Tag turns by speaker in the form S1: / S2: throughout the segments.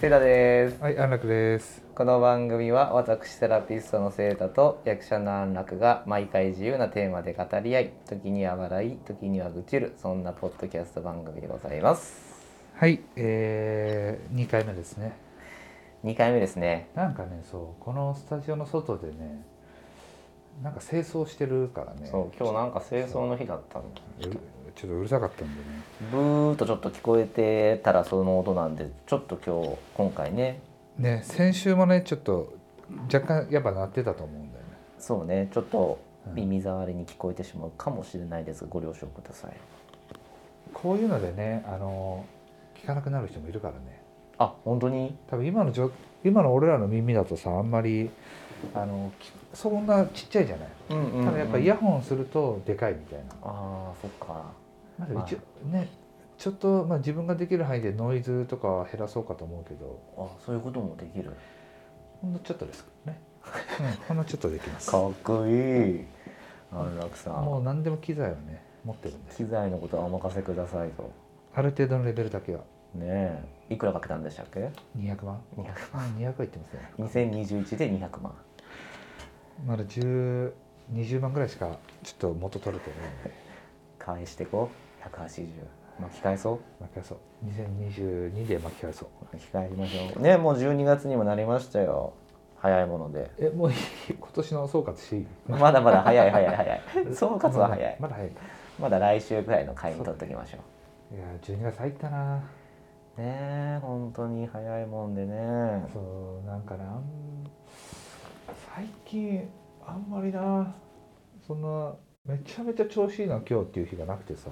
S1: セイタです
S2: はい、安楽です。
S1: この番組は私セラピストのセイタと役者の安楽が毎回自由なテーマで語り合い時には笑い時には愚痴るそんなポッドキャスト番組でございます
S2: はい、えー、2回目ですね。
S1: 2回目ですね
S2: なんかね、そう、このスタジオの外でね、なんか清掃してるからね、
S1: そう今日なんか清掃の日だったんだ
S2: うるちょっとうるさかったんでね、
S1: ブーっとちょっと聞こえてたらその音なんでちょっと今日今回ね
S2: ね、先週もね、ちょっと若干やっぱ鳴ってたと思うんだよね。
S1: そうねちょっと
S2: うん
S1: 耳障りに聞こえてしまうかもしれないですがご了承ください
S2: こういうのでね、あの聞かなくなる人もいるからね。
S1: あ本当に
S2: 多分今のじょ今の俺らの耳だとさ、あんまりあのきそんなちっちゃいじゃない。
S1: うん
S2: 多分やっぱイヤホンするとでかいみたいな。
S1: あーそっか
S2: ま
S1: ま
S2: あ、
S1: あ
S2: 一応ねちょっと、まあ、自分ができる範囲でノイズとかは減らそうかと思うけど
S1: あそういうこともできる
S2: ほんのちょっとですから ね、うん、ほんのちょっとできます
S1: かっこいい安楽さん
S2: もう何でも機材はね持ってるんで
S1: 機材のことはお任せくださいと
S2: ある程度のレベルだけは
S1: ねえいくらかけたんでしたっけ
S2: 200万うん200はいってますね
S1: 2021で200万
S2: まだ1020万ぐらいしかちょっと元取れてないんで
S1: 返してこ180巻き返そう
S2: 巻き返そう2022で巻き返そう
S1: 巻き返りましょうねもう12月にもなりましたよ早いもので
S2: えもういい 今年の総括していい
S1: まだまだ早い早い早い 総括は早い
S2: まだ早いい
S1: まだ来週ぐらいの会に取っときましょ
S2: や12月入ったな
S1: うねえ本当に早いもんでね
S2: そうなんかなあん最近あんまりなそんなめちゃめちゃ調子いいな今日っていう日がなくてさ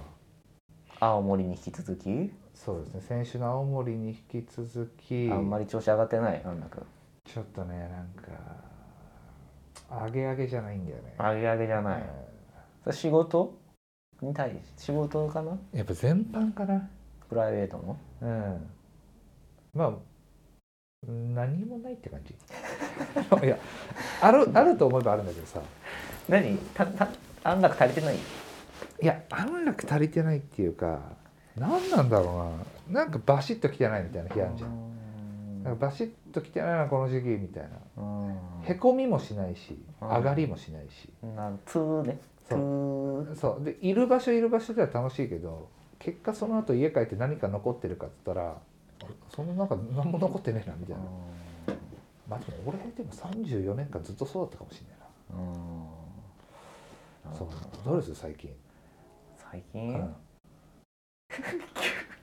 S1: 青森に引き続き
S2: そうですね先週の青森に引き続き
S1: あんまり調子上がってない安楽
S2: ちょっとねなんか上げ上げじゃないんだよね
S1: 上げ上げじゃないそれ仕事に対し仕事かな
S2: うんやっぱ全般かな
S1: プライベートの
S2: うんまあ何もないって感じ いやあるあると思えばあるんだけどさ
S1: 何たた安楽足りてない
S2: いや安楽足りてないっていうか何なんだろうななんかバシッと来てないみたいな日あるじゃん
S1: ん
S2: なんかバシッと来てないなこの時期みたいなへ
S1: へ
S2: こみもしないし
S1: うん
S2: 上がりもしないし
S1: なツーねツ
S2: そう
S1: ー
S2: そうでいる場所いる場所では楽しいけど結果その後家帰って何か残ってるかって言ったらそのなんか何も残ってねえなみたいなまあでも俺でも34年間ずっとそうだったかもしれな
S1: う
S2: い
S1: ん
S2: なそうどうです最近、
S1: 最
S2: う
S1: 近、
S2: ん、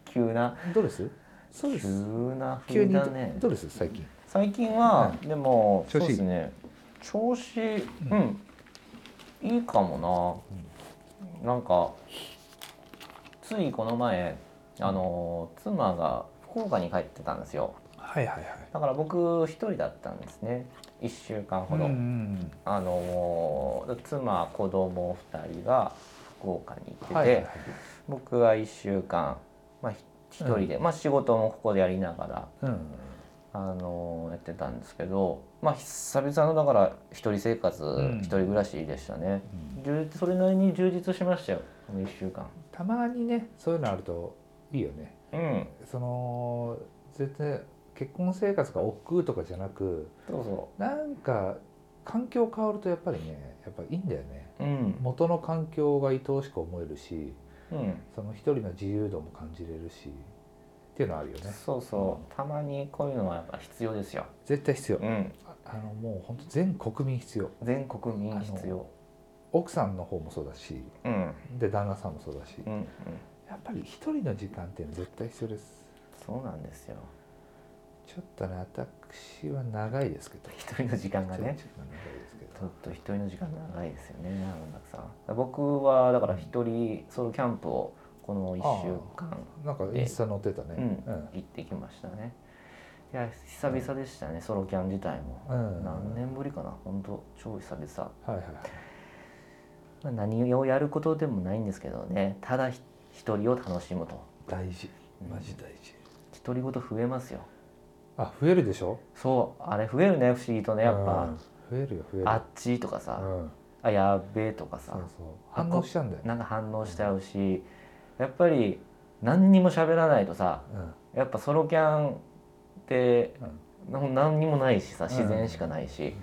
S1: 急な
S2: どうですそうで
S1: 急
S2: す
S1: な
S2: 急
S1: 風
S2: に
S1: だね
S2: どうです最近
S1: 最近は、でも
S2: 調子いい
S1: そうですね調子う、
S2: うん
S1: いいかもな、なんかついこの前あの妻が福岡に帰ってたんですよ
S2: はいはいはい
S1: だから僕一人だったんですね1週間ほど、
S2: うんうんうん
S1: あの妻子供2人が福岡に行ってて、
S2: はいはいはい
S1: 僕は1週間、まあ、ひ一人で、まあ、仕事もここでやりながら
S2: うん
S1: あのやってたんですけど、まあ、久々のだから一人生活、
S2: ん
S1: 一人暮らしでしたね充実それなりに充実しましたよこの1週間
S2: たまにねそういうのあるといいよね
S1: うん
S2: その絶対結婚生活が億劫とかじゃなく
S1: そうそ
S2: なんか環境変わるとやっぱりねやっぱいいんだよね
S1: ううん
S2: 元の環境が愛おしく思えるし
S1: うん
S2: その一人の自由度も感じれるしっていうのあるよね
S1: そうそうたまにこういうのはやっぱ必要ですよ
S2: 絶対必要
S1: うん
S2: ああのもう本当全国民必要
S1: 全国民必要
S2: 奥さんの方もそうだし
S1: うん
S2: で旦那さんもそうだし
S1: うんうん
S2: やっぱり一人の時間っていうのは絶対必要です
S1: そうなんですよ
S2: ちょっとね私は長いですけど
S1: 一人の時間がね
S2: ちょっと長いですけど
S1: ちょっと一人の時間長いですよね安楽さん僕はだから一人ソロキャンプをこの1週間
S2: なんかインスタ載ってたね
S1: うん行ってきましたねいや久々でしたねソロキャン自体も
S2: うん、うん
S1: 何年ぶりかな本当超久々
S2: はいはい
S1: まあ何をやることでもないんですけどねただひ一人を楽しむと
S2: 大事
S1: うん
S2: マジ大事、
S1: 独り言増えますよ
S2: あ増えるでしょ
S1: そうあれ増えるね不思議とねやっ
S2: う
S1: ぱ
S2: ん増えるよ増える
S1: あっちとか
S2: う
S1: さ
S2: ん、
S1: あやっべえとかさ
S2: そうそう反応しちゃうんだよね、
S1: なんか反応しちゃうしやっぱり何にも喋らないとさ
S2: うん、
S1: やっぱソロキャンってな何にもないしさ自然しかないし、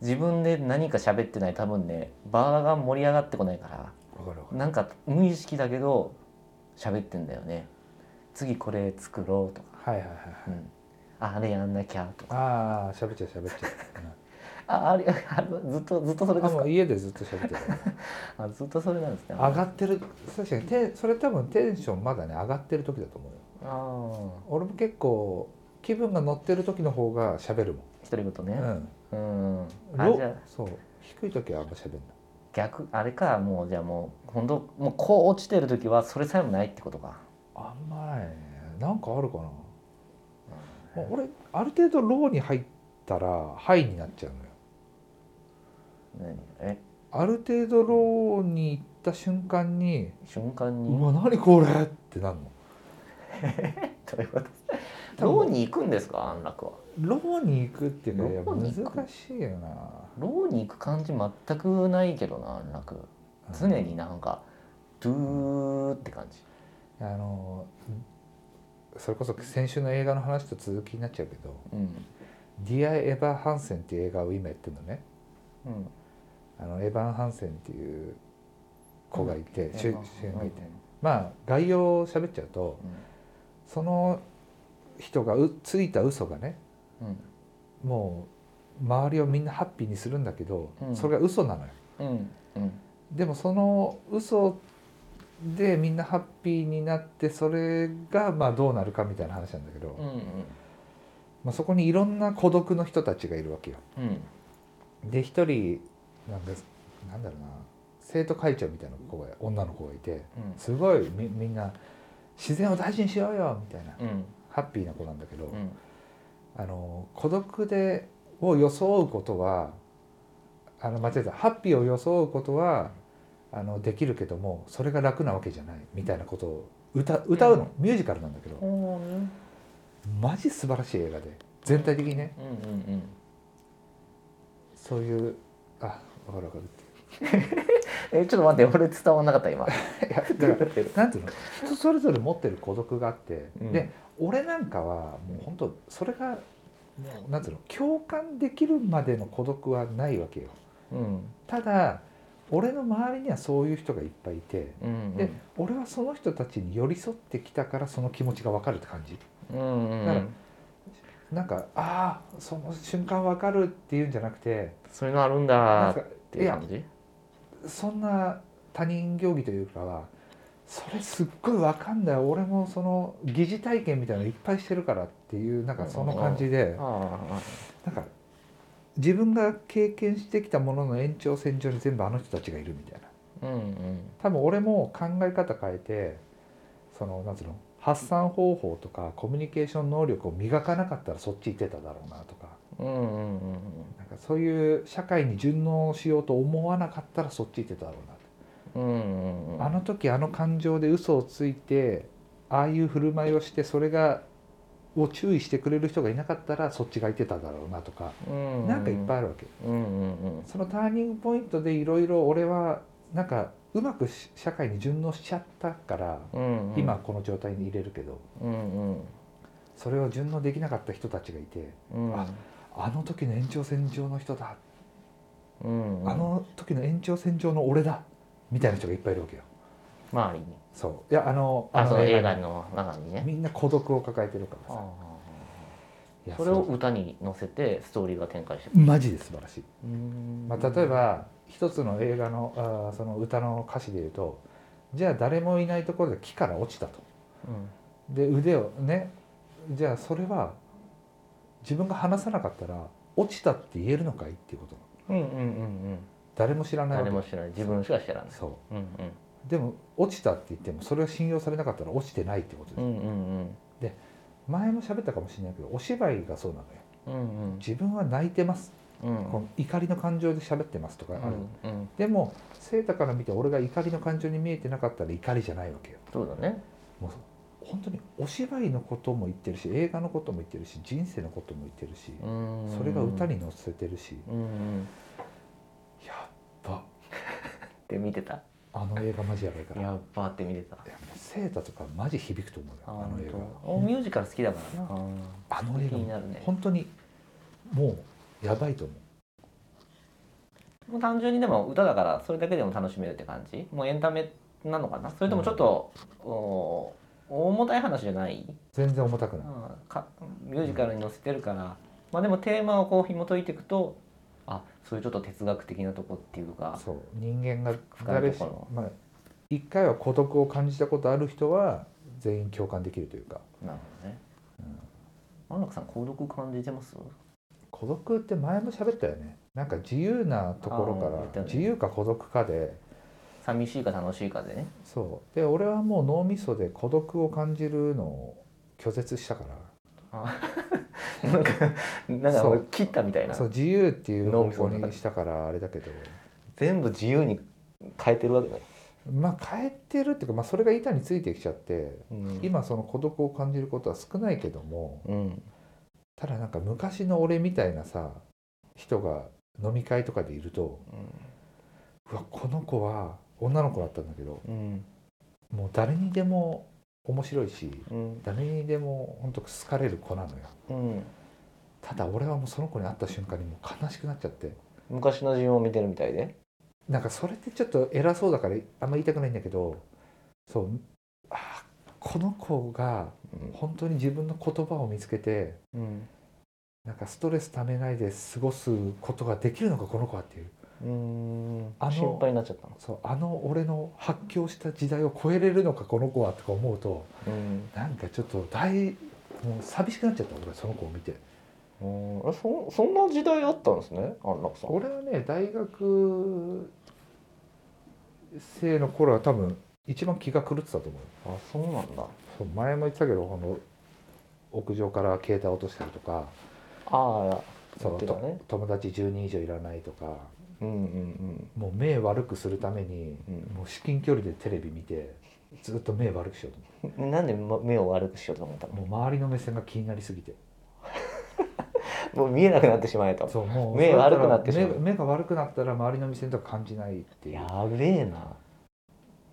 S1: 自分で何か喋ってない多分ね場が盛り上がってこないから
S2: わかるわかる
S1: なんか無意識だけど喋ってんだよね次これ作ろうとか、
S2: はいはいはいはい
S1: うん、ああれやんなきゃとか
S2: ああ喋っちゃう喋っちゃう
S1: ああれあれずっとずっとそれ
S2: うんあ
S1: です
S2: も
S1: か
S2: う家でずっと喋 ってる
S1: あずっとそれなんですね
S2: 上がってる確かにてそれ多分テンションまだね上がってる時だと思うよ
S1: あー
S2: 俺も結構気分が乗ってる時の方が喋るも
S1: 独り言ね
S2: ん、
S1: うん、
S2: うん、
S1: あじゃあ
S2: ろそう低い時はあんま喋んない
S1: 逆あれかもうじゃあもう本当もうこう落ちてる時はそれさえもないってことか
S2: あんまないねなんかあるかな、まあ、俺ある程度ローに入ったらハイになっちゃうのよ
S1: 何え
S2: ある程度ローに行った瞬間に
S1: 瞬間
S2: 「
S1: に
S2: うわ何これ!」ってなるの
S1: どういうことローに行くんですか安楽は
S2: ローに行くっていうかいや
S1: ローに行く
S2: 難しいよな
S1: ローに行く感じ全くないけどな安楽常になんかドゥーって感じ
S2: あのそれこそ先週の映画の話と続きになっちゃうけど
S1: うん
S2: 「ディア・エヴァ・ハンセン」っていう映画を今やってるのね
S1: うん
S2: あのエヴァン・ハンセンっていう子がいて主主演がいて
S1: うん
S2: まあ概要を喋っちゃうとその人がうついた嘘がね
S1: うん
S2: もう周りをみんなハッピーにするんだけど、
S1: うん
S2: それが嘘なのよ
S1: うんうん
S2: でもその嘘でみんなハッピーになってそれがまあどうなるかみたいな話なんだけど、
S1: うん
S2: まあ、そこにいろんな孤独の人たちがいるわけよ。
S1: うん
S2: で一人なんかなんだろうな生徒会長みたいな子が女の子がいてすごいみみんな自然を大事にしようよみたいな
S1: うんうん
S2: ハッピーな子なんだけど、
S1: うん
S2: あの孤独でを装うことはあの間違えたハッピーを装うことはあのできるけどもそれが楽なわけじゃないみたいなことを歌歌うの、ミュージカルなんだけど
S1: おーね
S2: マジ素晴らしい映画で全体的にね
S1: うんうん
S2: そういうあ分かる分 かる
S1: うんえちょっと待って俺伝わんなかった今
S2: いやだから なんていうの人それぞれ持ってる孤独があって、
S1: うん
S2: で俺なんかはもう本当それがもうなんていうの共感できるまでの孤独はないわけよ
S1: うん
S2: ただ俺の周りにはそういう人がいっぱいいて
S1: うん
S2: で俺はその人たちに寄り添ってきたからその気持ちが分かるって感じ
S1: うんうんう
S2: だから
S1: ん
S2: なんかああその瞬間分かるっていうんじゃなくて
S1: そういうのあるん
S2: な
S1: だ
S2: ん
S1: ー
S2: か
S1: っていう感じ
S2: そんな他人行儀というかはそれすっごいわかんない俺もその疑似体験みたいなのいっぱいしてるからっていうなんかその感じで
S1: あ
S2: なんか自分が経験してきたものの延長線上に全部あの人たちがいるみたいな
S1: あうんうん
S2: 多分俺も考え方変えてそのなんつうの発散方法とかコミュニケーション能力を磨かなかったらそっち行ってただろうなとか
S1: うんうんうん
S2: なんかそういう社会に順応しようと思わなかったらそっち行ってただろうなとか
S1: うんうんうん
S2: あの時あの感情で嘘をついてああいう振る舞いをしてそれがを注意してくれる人がいなかったらそっちがいてただろうなとか
S1: うん
S2: なんかいっぱいあるわけ
S1: うんうんうん
S2: そのターニングポイントでいろいろ俺はなんかうまくし社会に順応しちゃったから
S1: うんうん
S2: 今この状態に入れるけど
S1: うんうん
S2: それを順応できなかった人たちがいて
S1: うん
S2: ああの時の延長線上の人だ
S1: うんうん
S2: あの時の延長線上の俺だみたいな人がいっぱいいるわけよ
S1: 周りに
S2: そういやあの
S1: あ
S2: の
S1: その映
S2: に
S1: 画の中にね
S2: みんな孤独を抱えてるからさ
S1: あ
S2: い
S1: あ
S2: や
S1: それを歌に乗せてストーリーが展開して
S2: そうマジで素晴らしい、ま
S1: ま
S2: あ、例えば一つの映画のあーその歌の歌詞で言うとじゃあ誰もいないところで木から落ちたとで腕をねじゃあそれは自分が話さなかったら落ちたって言えるのかいっていうこと
S1: うんうんうんうん
S2: 誰も知らない
S1: 誰も
S2: わ
S1: 知らない自分しか知らない
S2: けそう
S1: うん
S2: でも落ちたって言ってもそれを信用されなかったら落ちてないってこと
S1: う
S2: で
S1: んうんうん
S2: 前も喋ったかもしれないけどお芝居がそうなのよ
S1: うんうん
S2: 自分は泣いてます、
S1: うん
S2: この怒りの感情で喋ってますとかある、
S1: うんうん
S2: でもセータから見て俺が怒りの感情に見えてなかったら怒りじゃないわけよ
S1: そうだね
S2: もう本当にお芝居のことも言ってるし映画のことも言ってるし人生のことも言ってるし
S1: うん
S2: それが歌に乗せてるし
S1: うんうん
S2: やっぱ
S1: って見てた
S2: ああの映画マジやばいからいや
S1: やっばーって見れた
S2: セータとかマジ響くと思うよあの映
S1: 本当
S2: 画
S1: おミュージカル好きだからな
S2: あの映
S1: 気に
S2: 画
S1: なるね
S2: 本当にもうやばいと思う
S1: もう単純にでも歌だからそれだけでも楽しめるって感じもうエンタメなのかなそれともちょっと、お重たい話じゃない、
S2: 全然重たくない
S1: うんかミュージカルに載せてるから、まあでもテーマをこう紐解いていくとあそういうちょっと哲学的なとこっていうか
S2: そう人間が
S1: 深い
S2: 誰
S1: と
S2: し
S1: ころ
S2: まあ一回は孤独を感じたことある人は全員共感できるというか
S1: なるほどね、安楽さん孤独感じてます
S2: 孤独って前も喋ったよねなんか自由なところ
S1: あー言っ
S2: か
S1: た
S2: ら
S1: ね
S2: 自由か孤独かで
S1: 寂しいか楽しいかでね
S2: そうで俺はもう脳みそで孤独を感じるのを拒絶したか
S1: なんかなんか
S2: そう
S1: 切ったみたい
S2: ら
S1: な
S2: そう自由っていう
S1: 脳
S2: 方
S1: みその
S2: 向
S1: 中で
S2: にしたからあれだけど
S1: 全部自由に変えてるわけね、
S2: まあ変えてるっていうか、まあ、それが板についてきちゃって
S1: うん
S2: 今その孤独を感じることは少ないけども
S1: うん
S2: ただなんか昔の俺みたいなさ人が飲み会とかでいるとうわこの子は女の子だったんだけど
S1: うん
S2: もう誰にでも面白いし
S1: うん
S2: 誰にでも本当好かれる子なのよ
S1: うん
S2: ただ俺はもうその子に会った瞬間にもう悲しくなっちゃって
S1: 昔の自分を見てるみたいで
S2: なんかそれってちょっと偉そうだからあんま言いたくないんだけどそうあーこの子が本当に自分の言葉を見つけて
S1: うん
S2: なんかストレスためないで過ごすことができるのかこの子はっていう
S1: うん
S2: あの
S1: 心配になっちゃったの
S2: そうあの俺の発狂した時代を超えれるのかこの子はとか思うと
S1: うん
S2: なんかちょっと大もう寂しくなっちゃった俺その子を見て
S1: あそそんな時代あったんですね安楽さん
S2: 俺はね大学生の頃は多分一番気が狂ってたと思う
S1: あそうなんだ
S2: そう前も言ってたけどこの屋上から携帯落としたりとか
S1: ああ
S2: そ
S1: や
S2: の
S1: ってたね
S2: と友達10人以上いらないとか
S1: うんうん
S2: もう目悪くするために、
S1: うん
S2: もう至近距離でテレビ見てずっと目悪くしようと
S1: うんなんでま目を悪くしようと思ったの
S2: 思うもう周りの目線が気になりすぎて
S1: もう見えなくなってしまえと
S2: そうもう
S1: 目
S2: それだ
S1: 悪
S2: ら
S1: くなってしまう
S2: 目目が悪くなったら周りの目線とか感じないっていう
S1: やべえな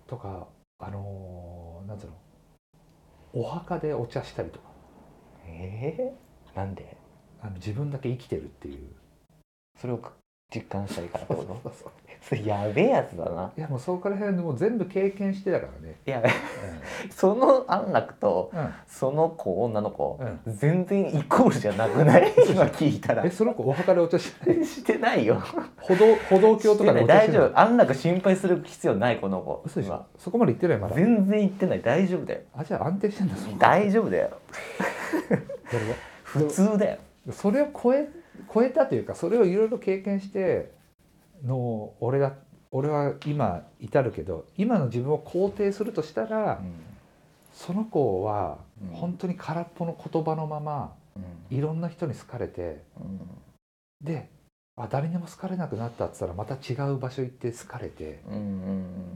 S2: とかあのーなんつうのお墓でお茶したりとか
S1: えー、なんで
S2: あの自分だけ生きてるっていう
S1: それを実感したいからってこと
S2: うそう
S1: それやべえやつだない
S2: やもうそこら辺でもう全部経験してだからね、
S1: いやその安楽と
S2: うん
S1: その子女の子、
S2: うん
S1: 全然イコールじゃなくない 今聞いたら
S2: えその子お墓でお茶して
S1: してないよ
S2: 歩道歩道橋とかでお
S1: してな
S2: 茶
S1: い大
S2: して
S1: 丈
S2: る
S1: 夫安楽心配する必要ないこの子
S2: 嘘でしょ
S1: 今
S2: そこまで言ってないまだ
S1: 全然言ってない大丈夫だよ
S2: あじゃあ安定してんだそこ
S1: 大丈夫だよ
S2: それが
S1: 普通だよ
S2: それを超え超えたというかそれをいろいろ経験しての俺だ俺は今至るけど今の自分を肯定するとしたらその子は
S1: うん
S2: 本当に空っぽの言葉のままいろんな人に好かれてであ誰にも好かれなくなったっつったらまた違う場所行って好かれて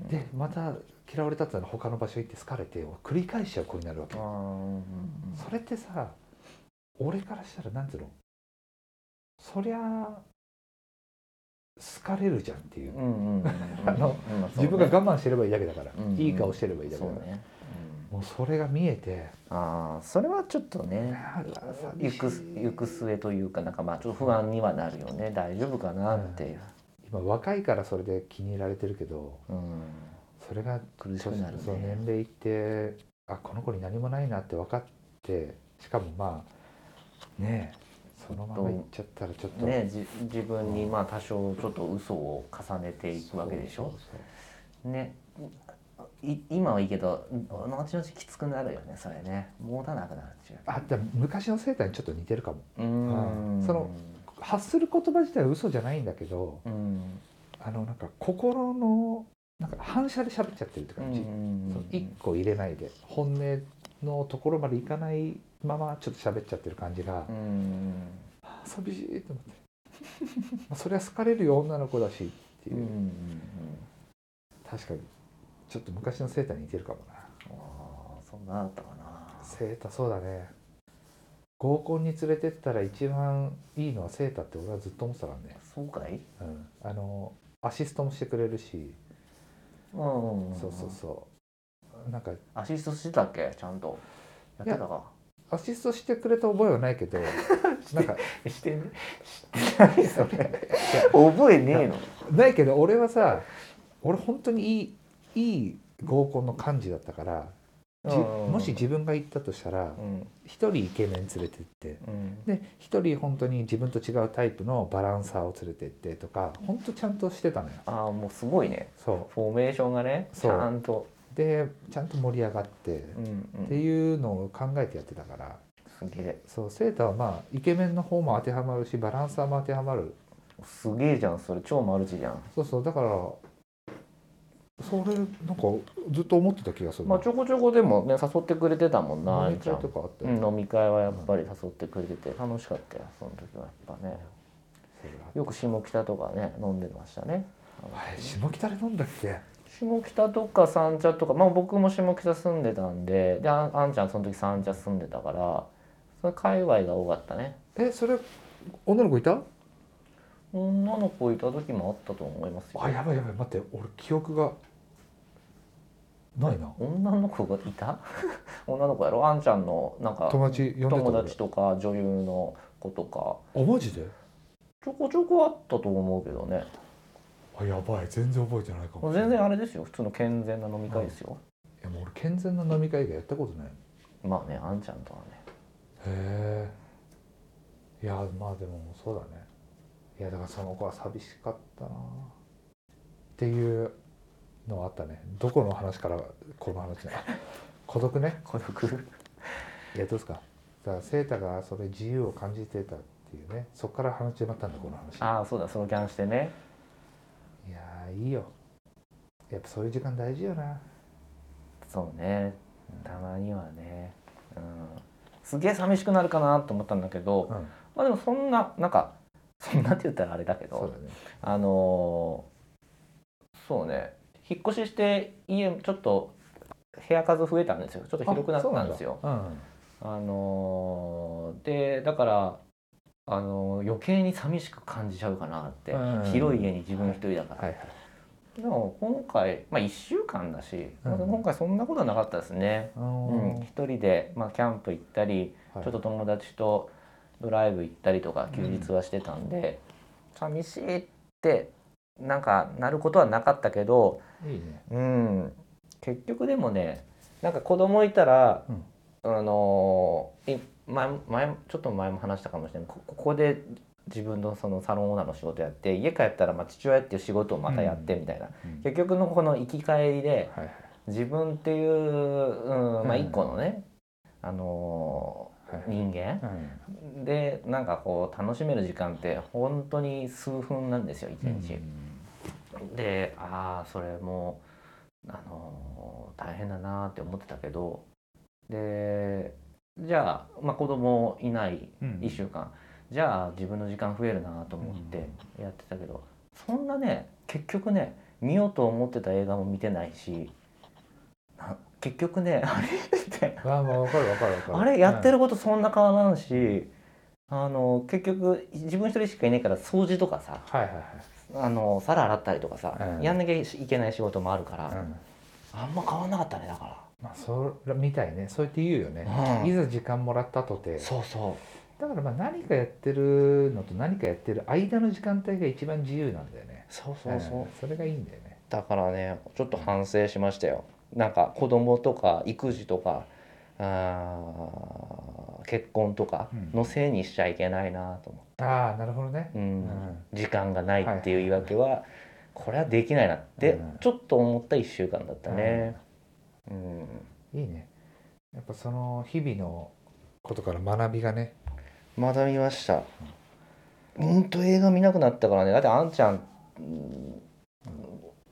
S2: でまた嫌われたっつったら他の場所行って好かれてを繰り返しちゃう子になるわけそれってさ俺からしたらなんつうのそりゃ好かれるじゃんっていうあの自分が我慢してればいいだけだから
S1: うんうん
S2: いい顔してればいいだけ
S1: そ
S2: だ
S1: う
S2: から
S1: ね
S2: もうそれが見えて
S1: ああそれはちょっとね
S2: あら寂
S1: 行
S2: しい
S1: く行く末というかなんかまあちょっと不安にはなるよね大丈夫かなっていう、
S2: 今若いからそれで気に入られてるけど
S1: うん、
S2: それが
S1: 苦しくなる
S2: そう
S1: ね
S2: 年齢いってあこの子に何もないなって分かってしかもまあねえそのままいっちゃったらちょっと
S1: ねじ自分にまあ多少ちょっと嘘を重ねていくわけでしょ
S2: そうそうそう
S1: ねい今はいいけど後々きつくなるよねそれね持たなくなるっていう
S2: あでも昔のセーターにちょっと似てるかも
S1: うーん
S2: その発する言葉自体は嘘じゃないんだけど
S1: うん
S2: あのなんか心のなんか反射で喋っちゃってるって感じ、その一個入れないで本音のところまでいかないままちょっと喋っちゃってる感じが、
S1: うん
S2: あー寂しいと思って まあそりゃ好かれるよ女の子だしって
S1: う
S2: いう、
S1: ん
S2: 確かにちょっと昔のセーターに似てるかもな
S1: ああそんなだったかな
S2: セーターそうだね合コンに連れてったら一番いいのはセーターって俺はずっと思ってたからね
S1: そうかい
S2: うん、あのアシストもしてくれるし
S1: うんうんん
S2: そうそうそうなんか
S1: アシストしてたっけちゃんとやってたか
S2: アシストしてくれた覚えはないけどなんか
S1: してねしてないそれ覚えねえの
S2: ないけど俺はさ俺本当にいいいい合コンの感じだったからじ
S1: うんうん
S2: もし自分が行ったとしたら
S1: うん
S2: 一人イケメン連れてって
S1: うん
S2: で一人本当に自分と違うタイプのバランサーを連れてってとか本当ちゃんとしてたのよ
S1: ああもうすごいね
S2: そ
S1: フォーメーションがねち
S2: そう
S1: ゃんと
S2: うでちゃんと盛り上がって
S1: うんう
S2: って
S1: ん
S2: いうのを考えてやってたから
S1: すげえ
S2: そうセータはまあイケメンの方も当てはまるしバランサーも当てはまる
S1: すげえじゃんそれ超マルチじゃん
S2: そうそうだからそれなんかずっと思ってた気がする
S1: まあちょこちょこでもね誘ってくれてたもんなあ
S2: 飲
S1: い
S2: み
S1: ちゃ
S2: 会
S1: ん
S2: とかあった
S1: う
S2: よ
S1: ん飲み会はやっぱり誘ってくれてて楽しかったよその時はやっぱねよく下北とかね飲んでましたね
S2: あれ下北で飲んだっけ
S1: 下北とか三茶とかまあ僕も下北住んでたんでであんあんちゃんその時三茶住んでたからそれ界隈が多かったね
S2: えそれ女の子いた
S1: 女の子いた時もあったと思いますよ
S2: あやばいやばい待って俺記憶がないな
S1: 女の子がいた 女の子やろあんちゃんのなんか
S2: 友達呼んでた
S1: 友
S2: 俺
S1: 達とか女優の子とか
S2: あマジで
S1: ちょこちょこあったと思うけどね
S2: あやばい全然覚えてないかも
S1: 全然
S2: い
S1: あれですよ普通の健全な飲み会ですよ、
S2: やもう俺健全な飲み会がやったことないへ
S1: まあねあんちゃんとはね
S2: えいやまあでもそうだねいやだからその子は寂しかったなっていうのはあったねどこの話からこの話にあ 孤独ね
S1: 孤独
S2: いやどうですかだからセータがそれ自由を感じてたっていうねそこから話しまったんだこの 話
S1: ああそうだそのキャンしてね
S2: いやーいいよやっぱそういう時間大事よな
S1: そうねたまにはね、うん、すげえ寂しくなるかなと思ったんだけど、
S2: ん
S1: まあでもそんななんかそんなって言ったらあれだけ
S2: そう
S1: ど
S2: だね
S1: あのーそうね引っ越しして家ちょっと部屋数増えたんですよちょっと広くなったんですよ。
S2: あそうなんだ
S1: あのーでだから、あのー余計に寂しく感じちゃうかなって、
S2: うん
S1: 広い家に自分一人だから、
S2: うんはいはい
S1: でも今回、まあ、1週間だし、
S2: うん
S1: 今回そんなことはなかったですね、
S2: あ
S1: う
S2: の
S1: ん
S2: ー
S1: 一人で、まあ、キャンプ行ったり、
S2: はい
S1: ちょっと友達とドライブ行ったりとか休日はしてたんで、寂しいってなんかなることはなかったけど、
S2: いいね
S1: うん、結局でもねなんか子供いたら、
S2: うん
S1: あのーい前前ちょっと前も話したかもしれないこここで自分のそのサロンオーナーの仕事やって家帰ったらまあ父親っていう仕事をまたやってみたいな、
S2: うん
S1: 結局のこの行き帰りで
S2: はいはい
S1: 自分っていう、うんまあ、
S2: うん
S1: 一個のね、あの
S2: はい
S1: ー人間
S2: うん
S1: でなんかこう楽しめる時間って本当に数分なんですよ一日。でああそれもあのー大変だなーって思ってたけどでじゃあ、まあ、子供いない
S2: うん
S1: 1週間、じゃあ自分の時間増えるなーと思ってやってたけど、そんなね結局ね見ようと思ってた映画も見てないしな結局ねあれ って
S2: あーまあわかるわかるわかる
S1: あれやって
S2: る
S1: ることそんな変わらんし、あの結局自分一人しかいないから掃除とかさ
S2: はいはい
S1: あの皿洗ったりとかさ、
S2: うん
S1: やんなきゃいけない仕事もあるから、
S2: はいうん
S1: あんま変わんなかったねだか
S2: まあそれみたいねそうやって言うよね
S1: ら、
S2: いざ時間もらったとて
S1: そうそ
S2: だからまあ何かやってるのと何かやってる間の時間帯が一番自由なんだよね
S1: うそうそうそう、
S2: んそれがいいんだよね
S1: だからねちょっと反省しましたよなんか子供とか育児とかあー結婚とかのせいにしちゃいけないなと思
S2: ああなるほどね
S1: う、うん
S2: うん
S1: 時間がないっていう言い訳は、これはできないなって、
S2: うん
S1: ちょっと思った1週間だったね、うん
S2: いいねやっぱその日々のことから学びがね
S1: まだ見ましたうんと映画見なくなったからねだってあんちゃん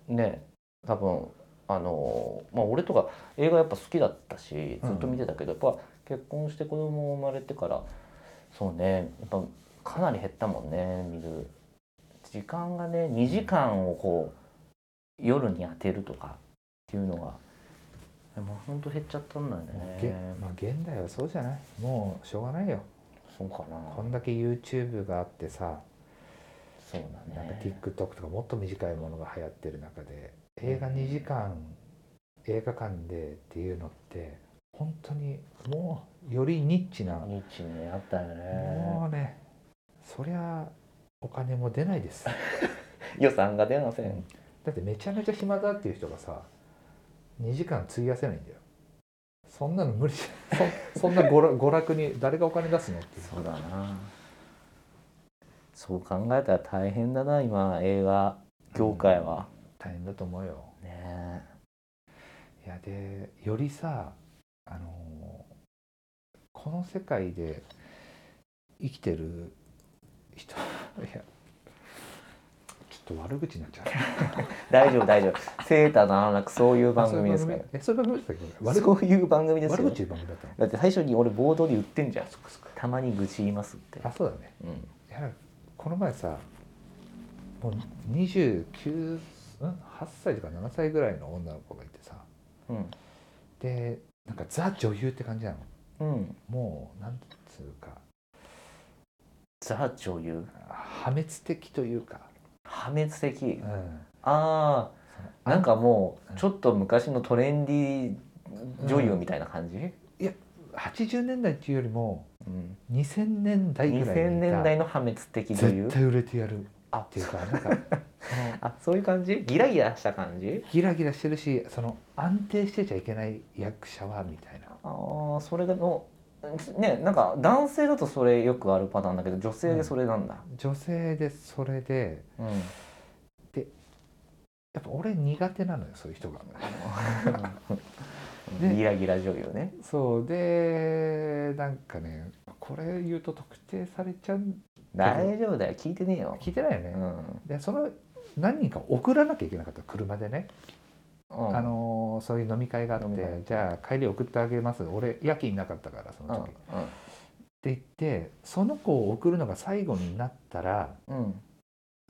S1: うんね多分あのまあ俺とか映画やっぱ好きだったしずっと見てたけど、やっぱ結婚して子供生まれてからそうねやっぱかなり減ったもんね見る時間がね2時間をこう夜に当てるとかっていうのがでもうほんと減っちゃったんだよ
S2: げ
S1: ね
S2: まあ、現代はそうじゃないもうしょうがないよ
S1: そうかな
S2: こんだけ YouTube があってさ
S1: そうだ
S2: なんか
S1: ね
S2: TikTok とかもっと短いものが流行ってる中で映画2時間映画館でっていうのって本当にもうよりニッチな、
S1: ニッチにあったよね
S2: もうねそりゃお金も出ないです
S1: 予算が出ません
S2: だってめちゃめちゃ暇だっていう人がさ2時間費やせないんだよそんなの無理じゃん そそんな娯楽娯楽に誰がお金出すのっていう
S1: そうだなそう考えたら大変だな今映画業界は、
S2: 大変だと思うよ
S1: ね
S2: いやでよりさあのーこの世界で生きてる人いやちょっと悪口になっちゃう
S1: 大丈夫大丈夫セーターの安楽そういう 番組ですから
S2: えそういう番組だったっけ悪
S1: そういう番組です
S2: 悪
S1: よ
S2: 口言う番組だったの
S1: だって最初に俺冒頭で言ってんじゃん
S2: そっかそっか
S1: たまに愚痴言いますって
S2: あそうだね
S1: うん
S2: いやこの前さもう29ん8歳とか7歳ぐらいの女の子がいてさ
S1: うん
S2: でなんかザ女優って感じなの
S1: うん
S2: もうなんつうか
S1: ザ女優
S2: 破滅的というか、
S1: 破滅
S2: う
S1: 的
S2: ん、
S1: ああなんかも
S2: うん
S1: うちょっと昔のトレンディ女優みたいな感じ、
S2: 80年代っていうよりも
S1: うん、
S2: 2000年代ぐらいにいた
S1: 2000年代の破滅的女優
S2: 絶対売れてやるっ
S1: あ
S2: ていうか なんかその
S1: あそういう感じギラギラした感じ
S2: ギラギラしてるしその安定してちゃいけない役者はみたいな
S1: ああそれのねなんか男性だとそれよくあるパターンだけど女性でそれなんだ、
S2: 女性でそれで
S1: うん
S2: やっぱ俺苦手なのよそういう人 が。
S1: うん
S2: で
S1: ギラギラ女優ね
S2: そうでなんかねこれ言うと特定されちゃう
S1: 大丈夫だよ聞いてねえよ、
S2: 聞いてないよ
S1: う
S2: ね。
S1: ん
S2: でその何人か送らなきゃいけなかった車でね、
S1: うん、
S2: あのーそういう飲み会があっ
S1: 飲み
S2: て
S1: 会
S2: じゃあ帰り送ってあげます俺夜勤なかったからその時、って言ってその子を送るのが最後になったら
S1: うんうん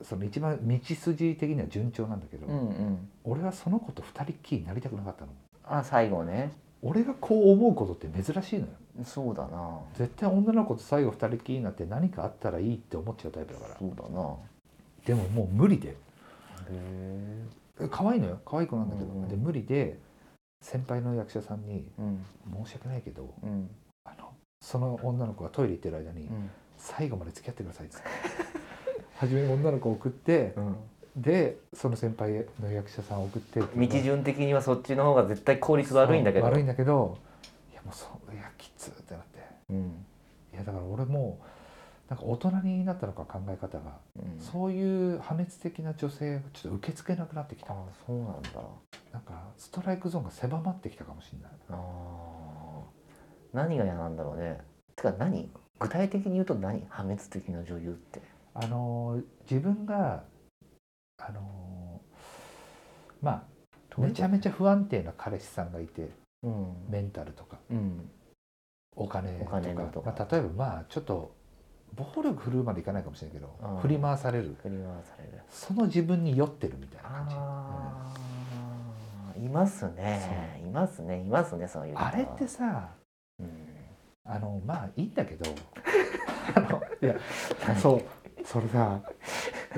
S2: その一番道筋的には順調なんだけど、
S1: うんうんうん
S2: 俺はその子と二人っきりになりたくなかったの
S1: あ最後ね
S2: 俺がこう思うことって珍しいのよ
S1: そうだな
S2: 絶対女の子と最後二人っきりになって何かあったらいいって思っちゃうタイプだから
S1: そうだな
S2: でももう無理で
S1: へえ
S2: 可愛いのよ可愛い子なんだけど、
S1: うんうん
S2: で無理で先輩の役者さんに
S1: うん
S2: 「申し訳ないけど
S1: うん
S2: あのその女の子がトイレ行ってる間に、
S1: うん
S2: 最後まで付き合ってください」っつって初めに女の子を送ってでその先輩の役者さんを送って
S1: 道順的にはそっちの方が絶対効率悪いんだけど
S2: そう悪いんだけどいやもうそういやきつってなって
S1: うん
S2: いやだから俺もうなんか大人になったのか考え方が、
S1: うん
S2: そういう破滅的な女性がちょっと受け付けなくなってきた
S1: あそうなんだ
S2: なんかストライクゾーンが狭まってきたかもしれない
S1: あー何が嫌なんだろうねてか何具体的に言うと何破滅的な女優って
S2: あのー自分があのーまあめちゃめちゃ不安定な彼氏さんがいて
S1: うん
S2: メンタルとか
S1: うん
S2: お金と
S1: お
S2: か
S1: 金のとか
S2: まあ、例えばまあちょっと暴力振るうまでいかないかもしれないけど、
S1: うん
S2: 振り回される
S1: 振り回される
S2: その自分に酔ってるみたいな感じ
S1: あーいますねいますねいますねそういう
S2: うん
S1: 方
S2: あれってさ
S1: うん
S2: あのまあいいんだけ どあのいやそうそれさ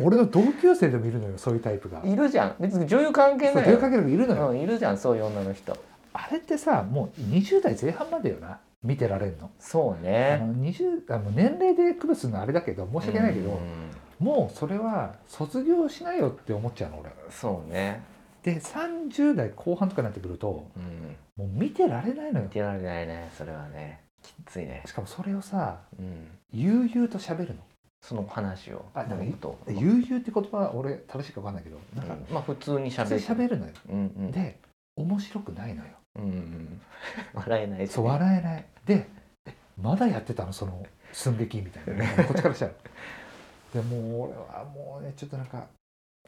S2: 俺の同級生でもいるのよそういうタイプが。
S1: いるじゃん別に女優関係
S2: そう
S1: ない
S2: 手
S1: よ
S2: をかけるのいるのよ、
S1: うん、いるじゃんそういう女の人
S2: あれってさもう20代前半までよな見てられるの
S1: そう
S2: あ
S1: ね
S2: の20あの年齢で区別するのはあれだけど申し訳ないけど、
S1: うん
S2: もうそれは卒業しないよって思っちゃうの俺
S1: そうね
S2: で30代後半とかになってくると
S1: うん
S2: もう見てられないのよ
S1: いけられないねそれはねきついね
S2: しかもそれをさ
S1: うん
S2: 悠々と喋るの
S1: その話を
S2: あなんかい
S1: と
S2: 悠々って言葉は俺正しいか分かんないけどなんか
S1: まあ普通にしゃべ
S2: 普
S1: る
S2: 通に喋るのよ
S1: うんうん
S2: で面白くないのよ
S1: うんうん、 笑えないしね、
S2: そう笑えないでえまだやってたのその寸劇みたいなこっちからしたらでもう俺はもうねちょっとなんか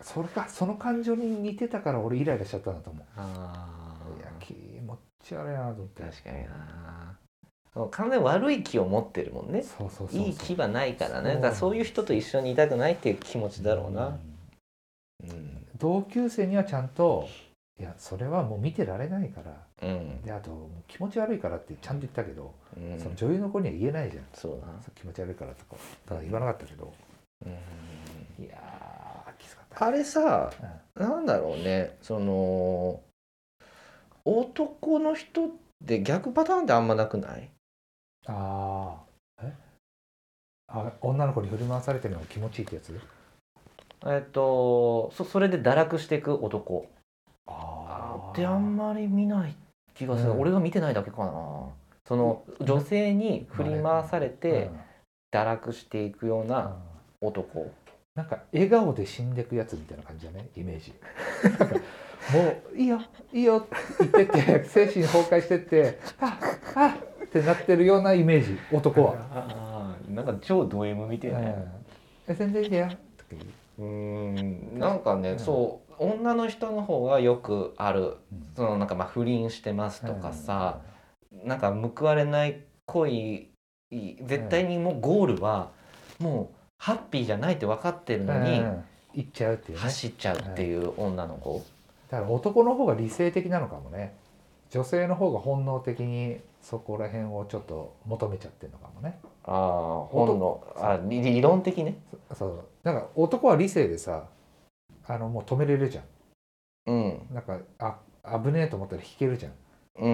S2: それかその感情に似てたから俺イライラしちゃったんだと思
S1: あ
S2: ういや
S1: ー
S2: 気持ち悪いなと思って
S1: 確かになもう完全に悪い気を持ってるもんね
S2: そうそうそうそう
S1: いい気はないからね
S2: そう
S1: だからそういう人と一緒にいたくないっていう気持ちだろう
S2: う
S1: なんうん、
S2: 同級生にはちゃんといやそれはもう見てられないから
S1: うん
S2: であともう気持ち悪いからってちゃんと言ったけど、
S1: うん
S2: その女優の子には言えないじゃん
S1: そうだな
S2: そう気持ち悪いからとかだから言わなかったけど
S1: うん
S2: いやーきつかった
S1: あれさ
S2: うん
S1: なんだろうねその男の人って逆パターンってあんまなくない
S2: ああえあ女の子に振り回されてるのが気持ちいいってやつ
S1: えっとそそれで堕落していく男ってあんまり見ない気がする、
S2: うん
S1: 俺が見てないだけかなその女性に振り回されて
S2: うん
S1: 堕落していくよう
S2: う
S1: なん男
S2: なんか笑顔で死んでくやつみたいな感じだねイメージなんかもういいよいいよって言ってて 精神崩壊してってああってなってるようなイメージ男は、
S1: ああなんか超ド M みた
S2: う
S1: い
S2: ん
S1: な、
S2: え全然いいんだよとか言う
S1: うーんなんかね、
S2: うん
S1: そう女の人の方がよくある
S2: うん
S1: そのなんかまあ不倫してますとかさ、なんか報われない恋い絶対にもうゴールはもうハッピーじゃないって分かってる
S2: うん
S1: の
S2: う
S1: に
S2: ん行っちゃうっていうね
S1: 走っちゃうっていう女の子、
S2: だから男の方が理性的なのかもね女性の方が本能的にそこら辺をちょっと求めちゃってるのかもね
S1: ああ本のあ理理論的ね
S2: そうなんか男は理性でさあのもう止めれるじゃ
S1: うん
S2: んなんかあ危ねえと思ったら引けるじゃん、
S1: うん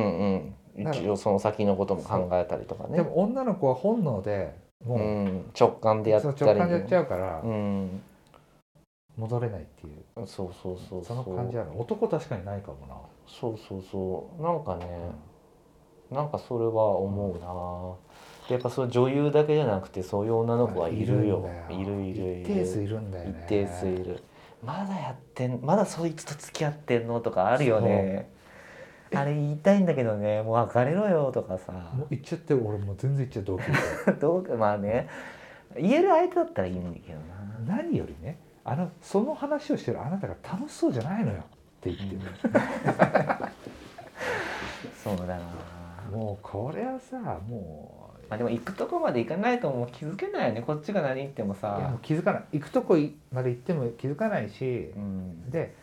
S1: うん
S2: なる
S1: 一応その先のことも考えたりとかね
S2: でも女の子は本能でも
S1: う
S2: う、
S1: ん、直感でやっ
S2: そ
S1: た
S2: の
S1: り
S2: 直感でやっちゃうから、
S1: うん
S2: 戻れないっていう
S1: そうそうそうそう
S2: その感じある男確かにないかもな
S1: そうそうそうなんかね、なんかそれは思うなぁでやっぱその女優だけじゃなくてそういう女の子はいるよ
S2: い
S1: い
S2: る
S1: る
S2: ん
S1: い
S2: だよ
S1: るいる
S2: 一定数いるんだよ
S1: 一
S2: ね
S1: 定数いるまだやってんまだそいつと付き合ってんのとかあるよねあれ言いたいんだけどねもう別れろよとかさ
S2: もう行っちゃって俺もう全然行っちゃう同級生
S1: どうかまあね言える相手だったらいいんだけどな
S2: 何よりねあのその話をしてるあなたが楽しそうじゃないのよって言ってる、
S1: そうだなぁ
S2: もうこれはさもう
S1: まあでも行くとこまで行かないともう気づけないよねこっちが何言っても
S2: いやも
S1: さ
S2: う気づかない行くとこまで行っても気づかないし
S1: う、ん
S2: で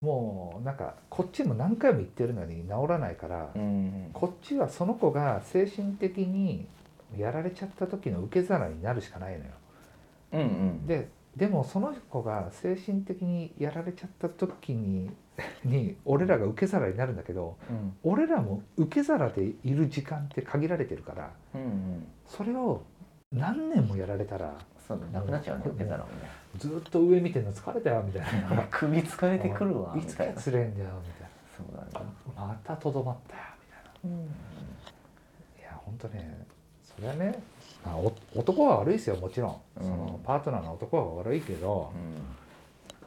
S2: もうなんかこっちも何回も行ってるのに治らないから、
S1: うん
S2: こっちはその子が精神的にやられちゃった時の受け皿になるしかないのよ。
S1: うんうん
S2: ででもその子が精神的にやられちゃった時に に俺らが受け皿になるんだけど
S1: うん
S2: 俺らも受け皿でいる時間って限られてるから
S1: うんうん
S2: それを何年もやられたら
S1: そうだなくなっちゃうね
S2: うん
S1: 受けたらもう ね
S2: ずっと上見てるの疲れたよみたいな
S1: 首疲れてくるわ み
S2: いつ
S1: たいなそ
S2: つれんだよみたいう
S1: だ
S2: な
S1: な
S2: またとどまったよみたいないや本当ねそれはねあお男は悪いですよもちろん、
S1: うん
S2: そのパートナーの男は悪いけど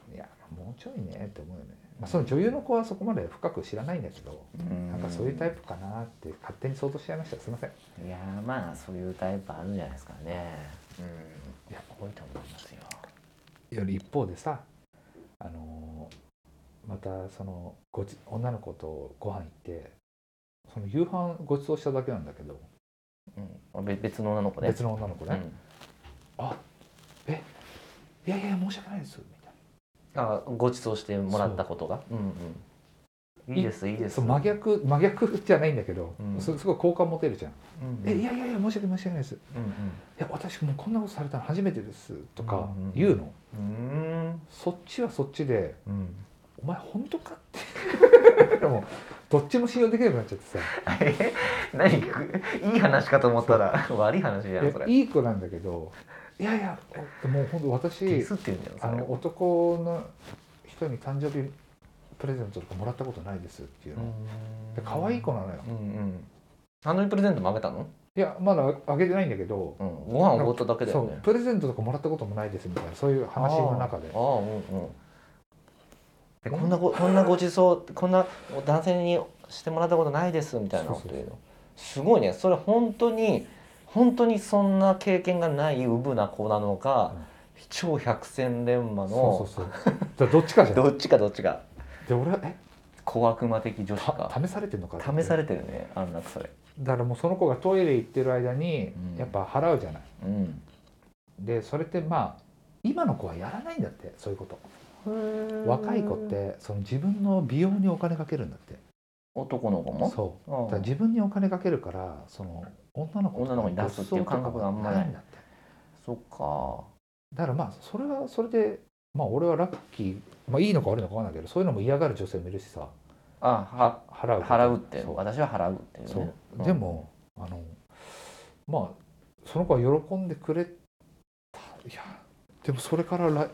S1: う、ん
S2: いやもうちょいねって思うよね、まあ、その女優の子はそこまで深く知らないんだけど、
S1: うん
S2: なんかそういうタイプかなって勝手に想像しちゃいましたすいません
S1: いやーまあそういうタイプあるんじゃないですかねうんいや多いと思いますよ
S2: より一方でさあのーまたそのごち女の子とご飯行ってその夕飯ごちそうしただけなんだけど、
S1: うんべ別の女の子ね
S2: 別の女の子
S1: う
S2: ね、
S1: ん
S2: いやいや申し訳ないですみたい
S1: あご馳走してもらったことがうんうんいいですいいで
S2: な
S1: す
S2: そう真逆真逆じゃないんだけど、
S1: うん
S2: そすごい好感持てるじゃん、
S1: うん
S2: えいやいやいや申し訳申し訳ないですい
S1: うん
S2: や私もうこんなことされたの初めてですとか
S1: うんうん
S2: 言うの、
S1: うんう
S2: そっちはそっちで
S1: ーんうん
S2: 「お前本当か?」って でもどっちも信用できなくなっちゃってさ
S1: え何くいい話かと思ったら悪い話じゃんそれ
S2: いやいい子なんだけど「いやいやおもう本当
S1: ディ
S2: 私
S1: スって言うんだよ
S2: あ
S1: それ
S2: の男の人に誕生日プレゼントとかもらったことないです」っていうの、で可愛い子なのよ
S1: うんうん誕生日プレゼントもあげたの、
S2: いやまだあげてないんだけど、
S1: うん、ご飯おごっただけだ
S2: そ
S1: よ
S2: う
S1: ね
S2: プレゼントとかもらったこともないですみたいなそういう話の中で
S1: ああうんうんでこんなごこんなごちそうこんな男性にしてもらったことないですみたいなこと言うのすごいねそれ本当に本当にそんな経験がないうぶな子なのか、
S2: うん
S1: 超百戦錬磨
S2: そ
S1: の
S2: うそうそうだからどっちかじゃん
S1: どっちかどっちか
S2: で俺は「え
S1: 小悪魔的女子
S2: た
S1: か
S2: 試されてんのか?」
S1: 試さ
S2: れ
S1: れてるねあんなくそれ
S2: だからもうその子がトイレ行ってる間に
S1: うん
S2: やっぱ払うじゃない
S1: うん
S2: でそれってまあ今の子はやらないんだってそういうこと若い子ってその自分の美容にお金かけるんだって
S1: 男の子も
S2: そう
S1: ああ
S2: だから自分にお金かけるからその女の子
S1: 女の子に出すっていう感覚があんまない
S2: んだって
S1: そっか
S2: だからまあそれはそれでまあ俺はラッキーまあ、いいのか悪いのかわかんないけどそういうのも嫌がる女性もいるしさ
S1: あ
S2: 払う
S1: は
S2: こと
S1: 払うって
S2: そう
S1: 私は払うっていう
S2: そう
S1: ねん
S2: でもあのまあその子は喜んでくれたいやでもそれからライね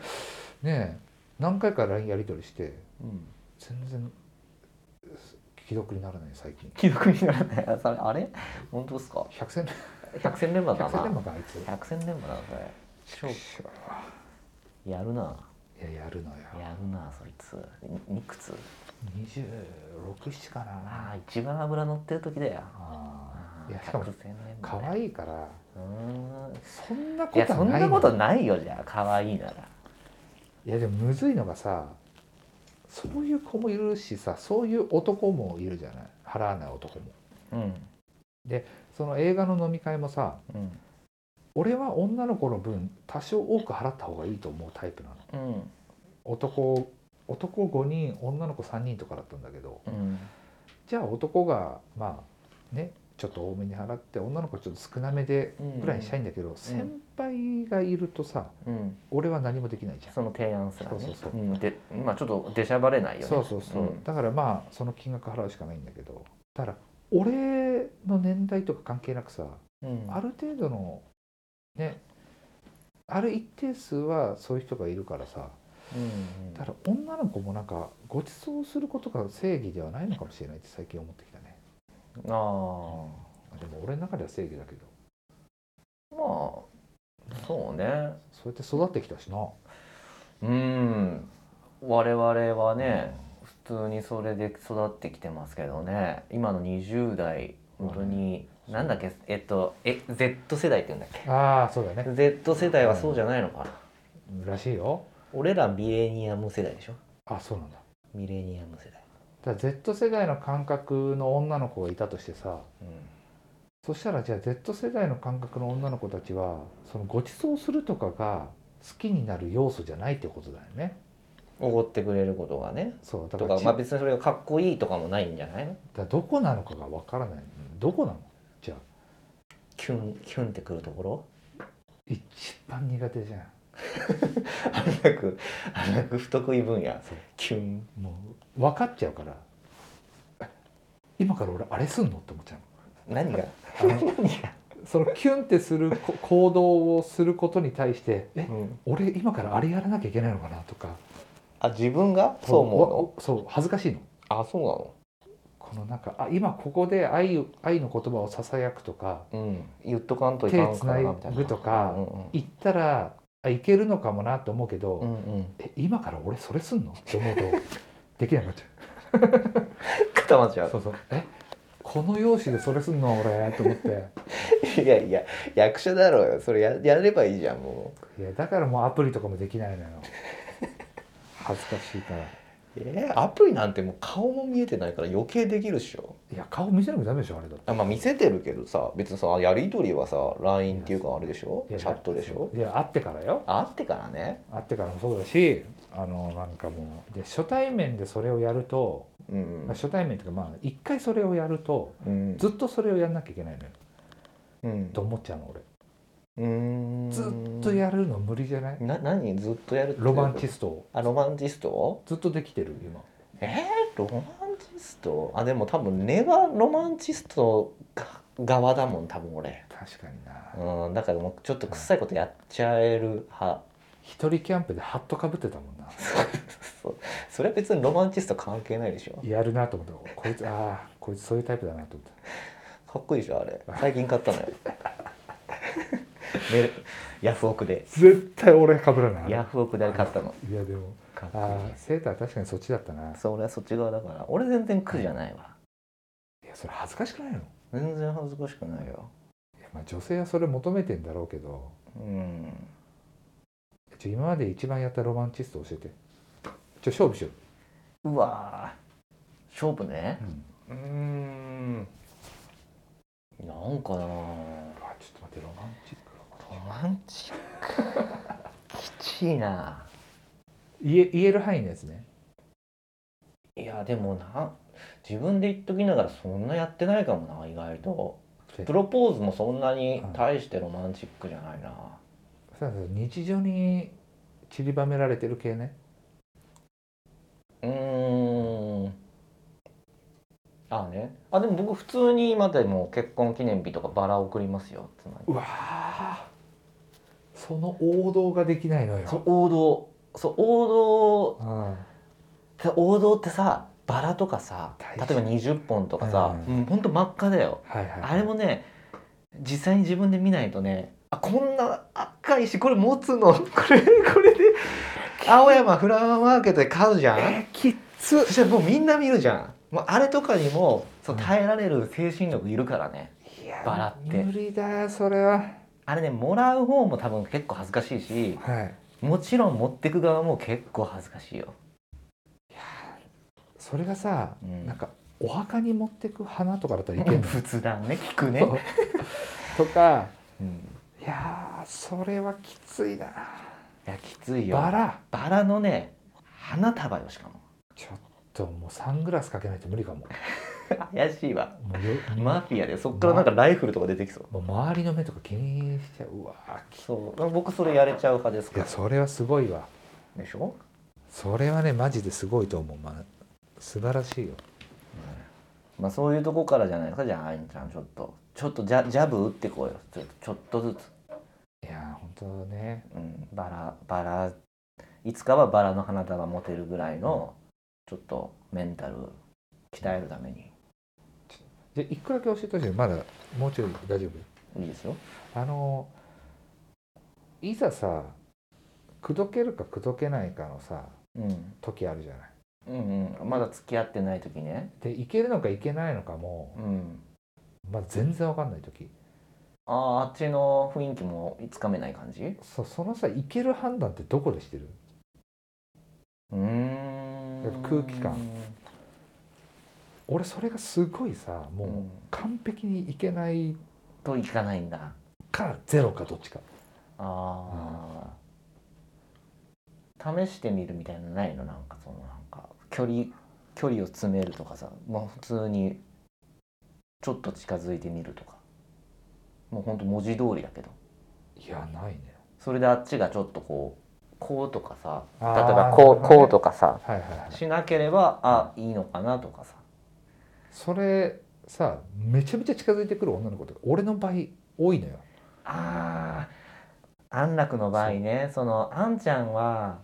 S2: え何回か LINE やり取りして
S1: うん
S2: 全然既読にならない最近
S1: 既読にならないあそれあれ本当ですか
S2: 百戦
S1: 百戦錬磨だ
S2: 百戦
S1: な
S2: 錬磨かあいつ
S1: 百戦錬磨だなそれ超やるない
S2: ややるのよ
S1: やるなそいついいくつ
S2: 267か
S1: あ
S2: な
S1: あ一番脂乗ってる時だよ
S2: あ
S1: あ
S2: ー
S1: あ
S2: いやしかも
S1: 百戦錬
S2: 可
S1: 磨
S2: 愛いから
S1: うーん
S2: そんなこ
S1: い
S2: と
S1: や
S2: はない
S1: そん
S2: の
S1: なことないよじゃあ可愛いなら
S2: いやでもむずいのがさそういう子もいるしさそういう男もいるじゃない払わない男も
S1: うん
S2: その映画の飲み会もさ
S1: うん
S2: 俺は女の子の分多少多く払った方がいいと思うタイプなの
S1: うん
S2: 男男5人女の子3人とかだったんだけど
S1: うん
S2: じゃあ男がまあねちょっと多めに払って女の子ちょっと少なめで
S1: うん
S2: ぐらいにしたいんだけど、先輩がいるとさ
S1: うん
S2: 俺は何もできないじゃん
S1: その提案すらね
S2: そうそうそうん
S1: でまあちょっと出しゃばれないよね
S2: そうそうそう、
S1: うん
S2: だからまあその金額払うしかないんだけどだから俺の年代とか関係なくさ、
S1: うん
S2: ある程度のねある一定数はそういう人がいるからさ
S1: うん
S2: だから女の子もなんかご馳走することが正義ではないのかもしれないって最近思ってきたね、
S1: ああ
S2: でも俺の中では正義だけど
S1: まあそうね
S2: そうやって育ってきたしな
S1: うん我々はね、普通にそれで育ってきてますけどね今の20代本当に、
S2: うん
S1: なんだっけえっとえ Z 世代って言うんだっけ
S2: ああそうだね
S1: Z 世代はそうじゃないのかな、
S2: らしいよ
S1: 俺らミレニアム世代でしょ
S2: あそうなんだ
S1: ミレニアム世代
S2: だから Z 世代の感覚の女の子がいたとしてさそしたらじゃあ Z 世代の感覚の女の子たちはそのご馳走するとかが好きになる要素じゃないってことだよね
S1: おご、ってくれることがね
S2: そうだか
S1: と
S2: ら
S1: か、
S2: ち
S1: まあ、別にそれがかっこいいとかもないんじゃないの
S2: だからどこなのかがわからないどこなのじゃあ
S1: キュンキュンってくるところ
S2: 一番苦手じゃん
S1: あんなくあんなく不得意分野
S2: そう
S1: キュン
S2: もう分かっちゃうからえ今から俺あれすんのって思っちゃう
S1: 何が
S2: のあのそのキュンってするこ行動をすることに対してえ
S1: うん
S2: 俺今からあれやらなきゃいけないのかなとか
S1: あ自分がそう思うの
S2: わそう恥ずかしいの
S1: あそ
S2: このなんかあ今ここで愛を愛の言葉をささやくとか
S1: うなのうん言っとかんといかんからなみたいな
S2: 手繋ぐとか
S1: うん
S2: 言ったらあいけるのかもなと思うけど、
S1: うんうんうん
S2: え今から俺それすんのって思うと できなくなっち
S1: 固まっち
S2: ゃ
S1: ゃ
S2: うそうそうえこの容姿でそれすんの俺と思って
S1: ういやいや役者だろうよそれややればいいじゃんも
S2: いやだからもうアプリとかもできな いのよ恥ずかしいからいう
S1: えーアプリなんてもう顔も見えてないから余計できるっしょ
S2: や顔見せなきゃダメでしょあれだって
S1: あまあ見せてるけどさ別にさやり取りはさ LINE っていうかあれでしょ
S2: い
S1: チ
S2: や
S1: ャットでしょ
S2: いや会ってからよ
S1: あってからね
S2: 会ってからもそうだしあのなんかもうで初対面でそれをやると、
S1: うん
S2: まあ初対面というかまあ一回それをやると
S1: うん
S2: ずっとそれをやんなきゃいけないのよ
S1: うん
S2: と思っちゃうの俺
S1: うん
S2: ずっとやるの無理じゃない
S1: な何ずっとやるって
S2: ロマンチ
S1: スト
S2: ストを
S1: あロマンチスト
S2: ずっとできてる今
S1: えー、ロマンチストあでも多分根はロマンチストが側だもん多分俺
S2: 確かにな、
S1: うんだからもうちょっと臭いことやっちゃえる派
S2: 一人キャンプでハットかぶってたもんな
S1: そうそれは別にロマンチスト関係ないでしょ
S2: やるなと思ったこいつああこいつそういうタイプだなと思っ
S1: かっこいいでしょあれ最近買ったのよメルヤフオクで
S2: た絶対俺かぶらない
S1: ヤフオクであれ買ったの
S2: いやでも
S1: かっこいい
S2: ああセーター確かにそっちだったない
S1: そう俺はそっち側だから俺全然苦じゃないわ
S2: やそれ恥ずかしくないのい
S1: 全然恥ずかしくないよ
S2: やまあ女性はそれ求めてんだろうけど
S1: うん
S2: ちょ今まで一番やったロマンチスト教えてちょ勝負しよ
S1: うわー勝負ね
S2: う、
S1: うーんなんかな
S2: あちょっと待ってロマンチックだな
S1: ロマンチックきちいな
S2: 言え言える範囲のやつね
S1: いやでもな自分で言っときながらそんなやってないかもな意外とプロポーズもそんなに大してロマンチックじゃないな、
S2: そうそう日常に散りばめられてる系ね
S1: ああねあでも僕普通に今でも結婚記念日とかバラ送りますよつまり
S2: うわーその王道ができないのよ
S1: そう王道そう王
S2: うん
S1: 道って王道ってさバラとかさ
S2: 大
S1: 例
S2: 事
S1: えば20本とかさ、
S2: う
S1: もうほんと真っ赤だよ
S2: はいはい
S1: あれもね実際に自分で見ないとねあこんな赤いしこれ持つの これこれで青山フラワーマーケットで買うじゃん
S2: えきっつ
S1: そしたらもうみんな見るじゃんもうあれとかにもそう耐えられる精神力いるからね
S2: いや
S1: バラって
S2: 無理だよそれは
S1: あれねもらう方も多分結構恥ずかしいし
S2: はい
S1: もちろん持ってく側も結構恥ずかしいよ
S2: それがさ、
S1: うん
S2: なんかお墓に持ってく花とかだったらいけんの
S1: 仏壇ね聞くね
S2: そうとか
S1: うん
S2: いやーそれはきついない
S1: やきついよ
S2: バラ
S1: バラのね花束よしかも
S2: ちょっともうサングラスかけないと無理かもも
S1: 怪しいわ
S2: うよ
S1: マフィアでそっからなんかライフルとか出てきそう
S2: もう周りの目とか気にしちゃううわーき
S1: そう僕それやれちゃう派です
S2: い
S1: か
S2: や
S1: ら
S2: それはすごいわ
S1: でしょ
S2: それはねマジですごいと思う、ま、素晴らしいよ
S1: まあそういうとこからじゃないですかじゃああいんちゃんちょっとちょっとジャジャブ打ってこうよちょちょっとずつ、
S2: いやー本当ね
S1: うん、バラバラいつかはバラの花束持てるぐらいのちょっとメンタル鍛えるために
S2: じゃあ一個だけ教えてほしいまだもうちょい大丈夫
S1: いいですよ
S2: あのいざさ口説けるか口説けないかのさ
S1: うん
S2: 時あるじゃない
S1: うんうんまだ付き合ってない時ね
S2: でいけるのかいけないのかも、
S1: うん
S2: まあ、全然わかんない時
S1: あああっちの雰囲気もつかめない感じ
S2: そそのさいける判断ってどこでしてる
S1: うーん
S2: やっぱ空気感俺それがすごいさもううん完璧にいけない
S1: といかないんだ
S2: かゼロかどっちか
S1: ああ試してみるみたいなのないのなんかそのなんか距離距離を詰めるとかさもう普通にちょっと近づいてみるとかもうほんと文字通りだけど
S2: いやないね
S1: それであっちがちょっとこうこうとかさ例
S2: あ
S1: え
S2: ー
S1: ばこう
S2: なるほどね
S1: こうとかさ
S2: はいはいはい
S1: しなければあいいのかなとかさ
S2: それさめちゃめちゃ近づいてくる女の子とか俺の場合多いのよ
S1: あー安楽の場合ねそのあんちゃんは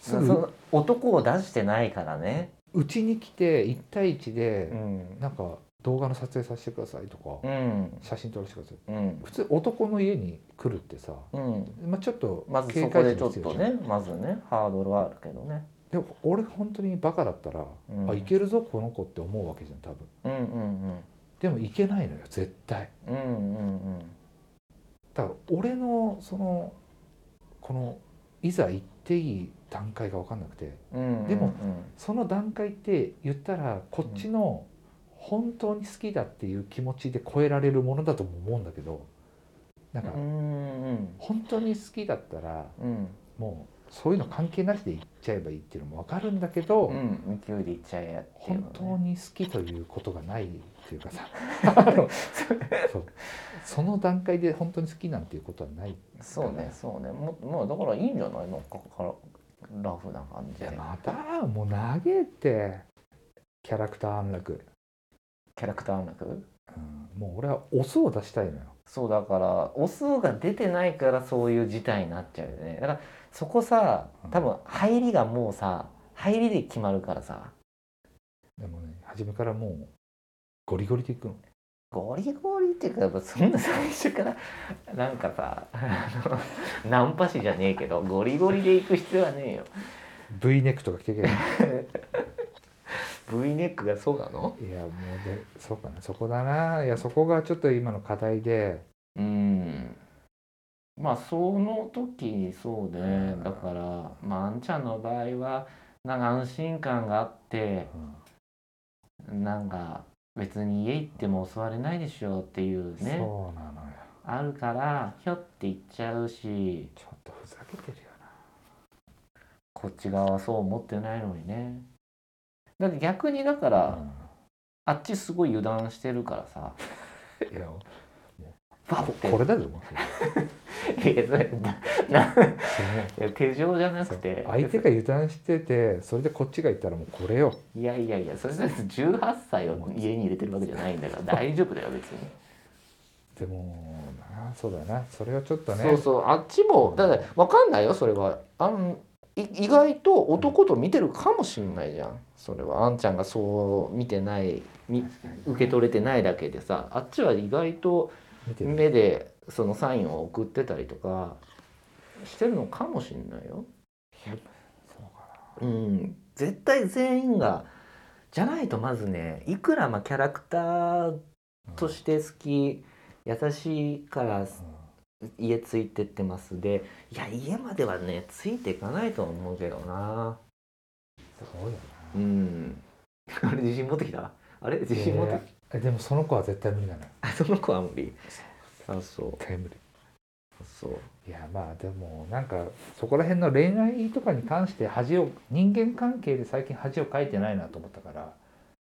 S2: す
S1: そ
S2: ぐ
S1: の男を出してないからね、
S2: うちに来て1対1
S1: う
S2: で
S1: ん、
S2: なんか動画の撮影させてくださいと
S1: う
S2: か
S1: ん
S2: 写真撮らせてください
S1: うん
S2: 普通男の家に来るってさ、
S1: うん
S2: まあ、ちょっと
S1: まずそ
S2: 警
S1: こ
S2: 戒
S1: で
S2: 心
S1: ちょっ
S2: 必要
S1: と
S2: じゃん
S1: ねまずねハードルはあるけどね
S2: でも俺本当にバカだったら、
S1: うん
S2: あいけるぞこの子って思うわけじゃん多
S1: う
S2: 分
S1: んうん
S2: でもいけないのよ絶対
S1: うんうんうんうん
S2: だから俺のそのこのいざ行っていい段階が分かんなくて
S1: うんうん
S2: でもその段階って言ったらこっちの本当に好きだっていう気持ちで超えられるものだとも思うんだけどなん
S1: う
S2: か
S1: んうん
S2: 本当に好きだったら
S1: うん
S2: もうそういうの関係なしで行っちゃえばいいっていうのも分かるんだけど、
S1: うん勢いでいっちゃえやっていう
S2: 本当
S1: のね
S2: に好きということがないっていうかさ あのそうその段階で本当に好きなんていうことはない
S1: そうねそうねもまあだからいいんじゃないのかからラフな感じ
S2: いや
S1: で
S2: またもう投げてキャラクター安楽、
S1: キャラクターなく
S2: うんもう俺はオスを出したいのよ
S1: そうだからオスが出てないからそういう事態になっちゃうよねだからそこさ多分入りがもうさ入りで決まるからさ
S2: でもね初めからもうゴリゴリでいくの
S1: ゴリゴリっていうかやっぱそんな最初からなんかさあのナンパ師じゃねえけどゴリゴリで行く必要はねえよ
S2: V ネックとか着てけばい
S1: V ネックがそうなの
S2: いやもうでそうかなそこだないやそこがちょっと今の課題で
S1: うんまあその時そうねだからまああんちゃんの場合はなんか安心感があって
S2: うん
S1: なんか別に家行っても襲われないでしょうっていうね
S2: そうなのよ
S1: あるからひょって行っちゃうし
S2: ちょっとふざけてるよな
S1: こっち側はそう思ってないのにねだって逆にだから、
S2: うん
S1: あっちすごい油断してるからさ
S2: いやもう
S1: バッ
S2: こ
S1: て
S2: これだよ
S1: いやそれなないや手錠じゃなくて
S2: 相手が油断しててそれでこっちが行ったらもうこれよ
S1: いやいやいやそれだって18歳を家に入れてるわけじゃないんだから大丈夫だよ別に、
S2: でもなそうだなそれをちょっとね
S1: そうそうあっちもだから分かんないよそれはあんい意外と男と見てるかもしんないじゃんそれはあんちゃんがそう見てないみ受け取れてないだけでさあっちは意外と
S2: 見てる
S1: 目でそのサインを送ってたりとかしてるのかもしんないよ。うん、絶対全員がじゃないとまずねいくらまあキャラクターとして好き優しいから家ついてってますでいや家まではねついていかないと思うけどな
S2: そうだ
S1: うん あれ自信持ってきたあれ自信持ってきた、
S2: なでもその子は絶対無理なのよ
S1: あその子は無理あそう
S2: 絶対無理
S1: そう
S2: いやまあでもなんかそこら辺の恋愛とかに関して恥を人間関係で最近恥をかいてないなと思ったから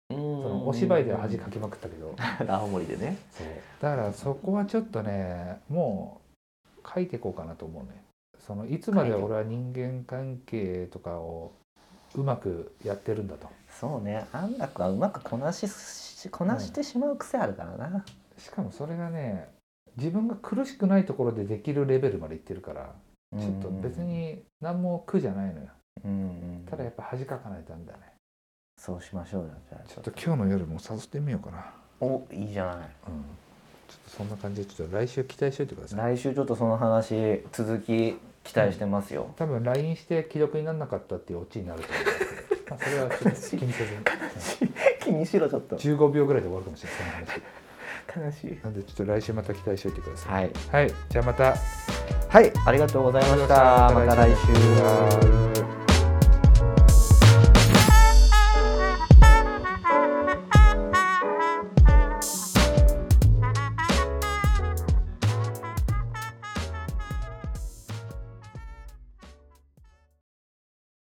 S1: そ
S2: そ
S1: の
S2: のお芝居では恥かきまくったけど
S1: 青森でね
S2: そうだからそこはちょっとねもう書いていこうかなと思うねそのいつまで俺は人間関係とかをうまくやってるんだと
S1: そうね安楽はうまくこなししこなしてしまう癖あるからな、
S2: しかもそれがね自分が苦しくないところでできるレベルまでいってるからちょっと別に何も苦じゃないのよ
S1: うん、
S2: ただやっぱ恥かかないとダメだね
S1: そうしましょうよじゃあ
S2: ちょっと今日の夜も誘ってみようかな
S1: おいいじゃない
S2: うんちょっとそんな感じでちょっと来週期待しておいてください
S1: 来週ちょっとその話続き期待してますよ、
S2: 多分 LINE して既読にならなかったっていうオチになると思うんだけどまあそれはちょっと気にせ ずに
S1: 気にしろちょっと
S2: 15秒ぐらいで終わるかもしれないその話
S1: 悲しい
S2: なんでちょっと来週また期待しておいてください
S1: はい
S2: はいじゃあまた
S1: はいありがとうございましたまた来週
S2: はい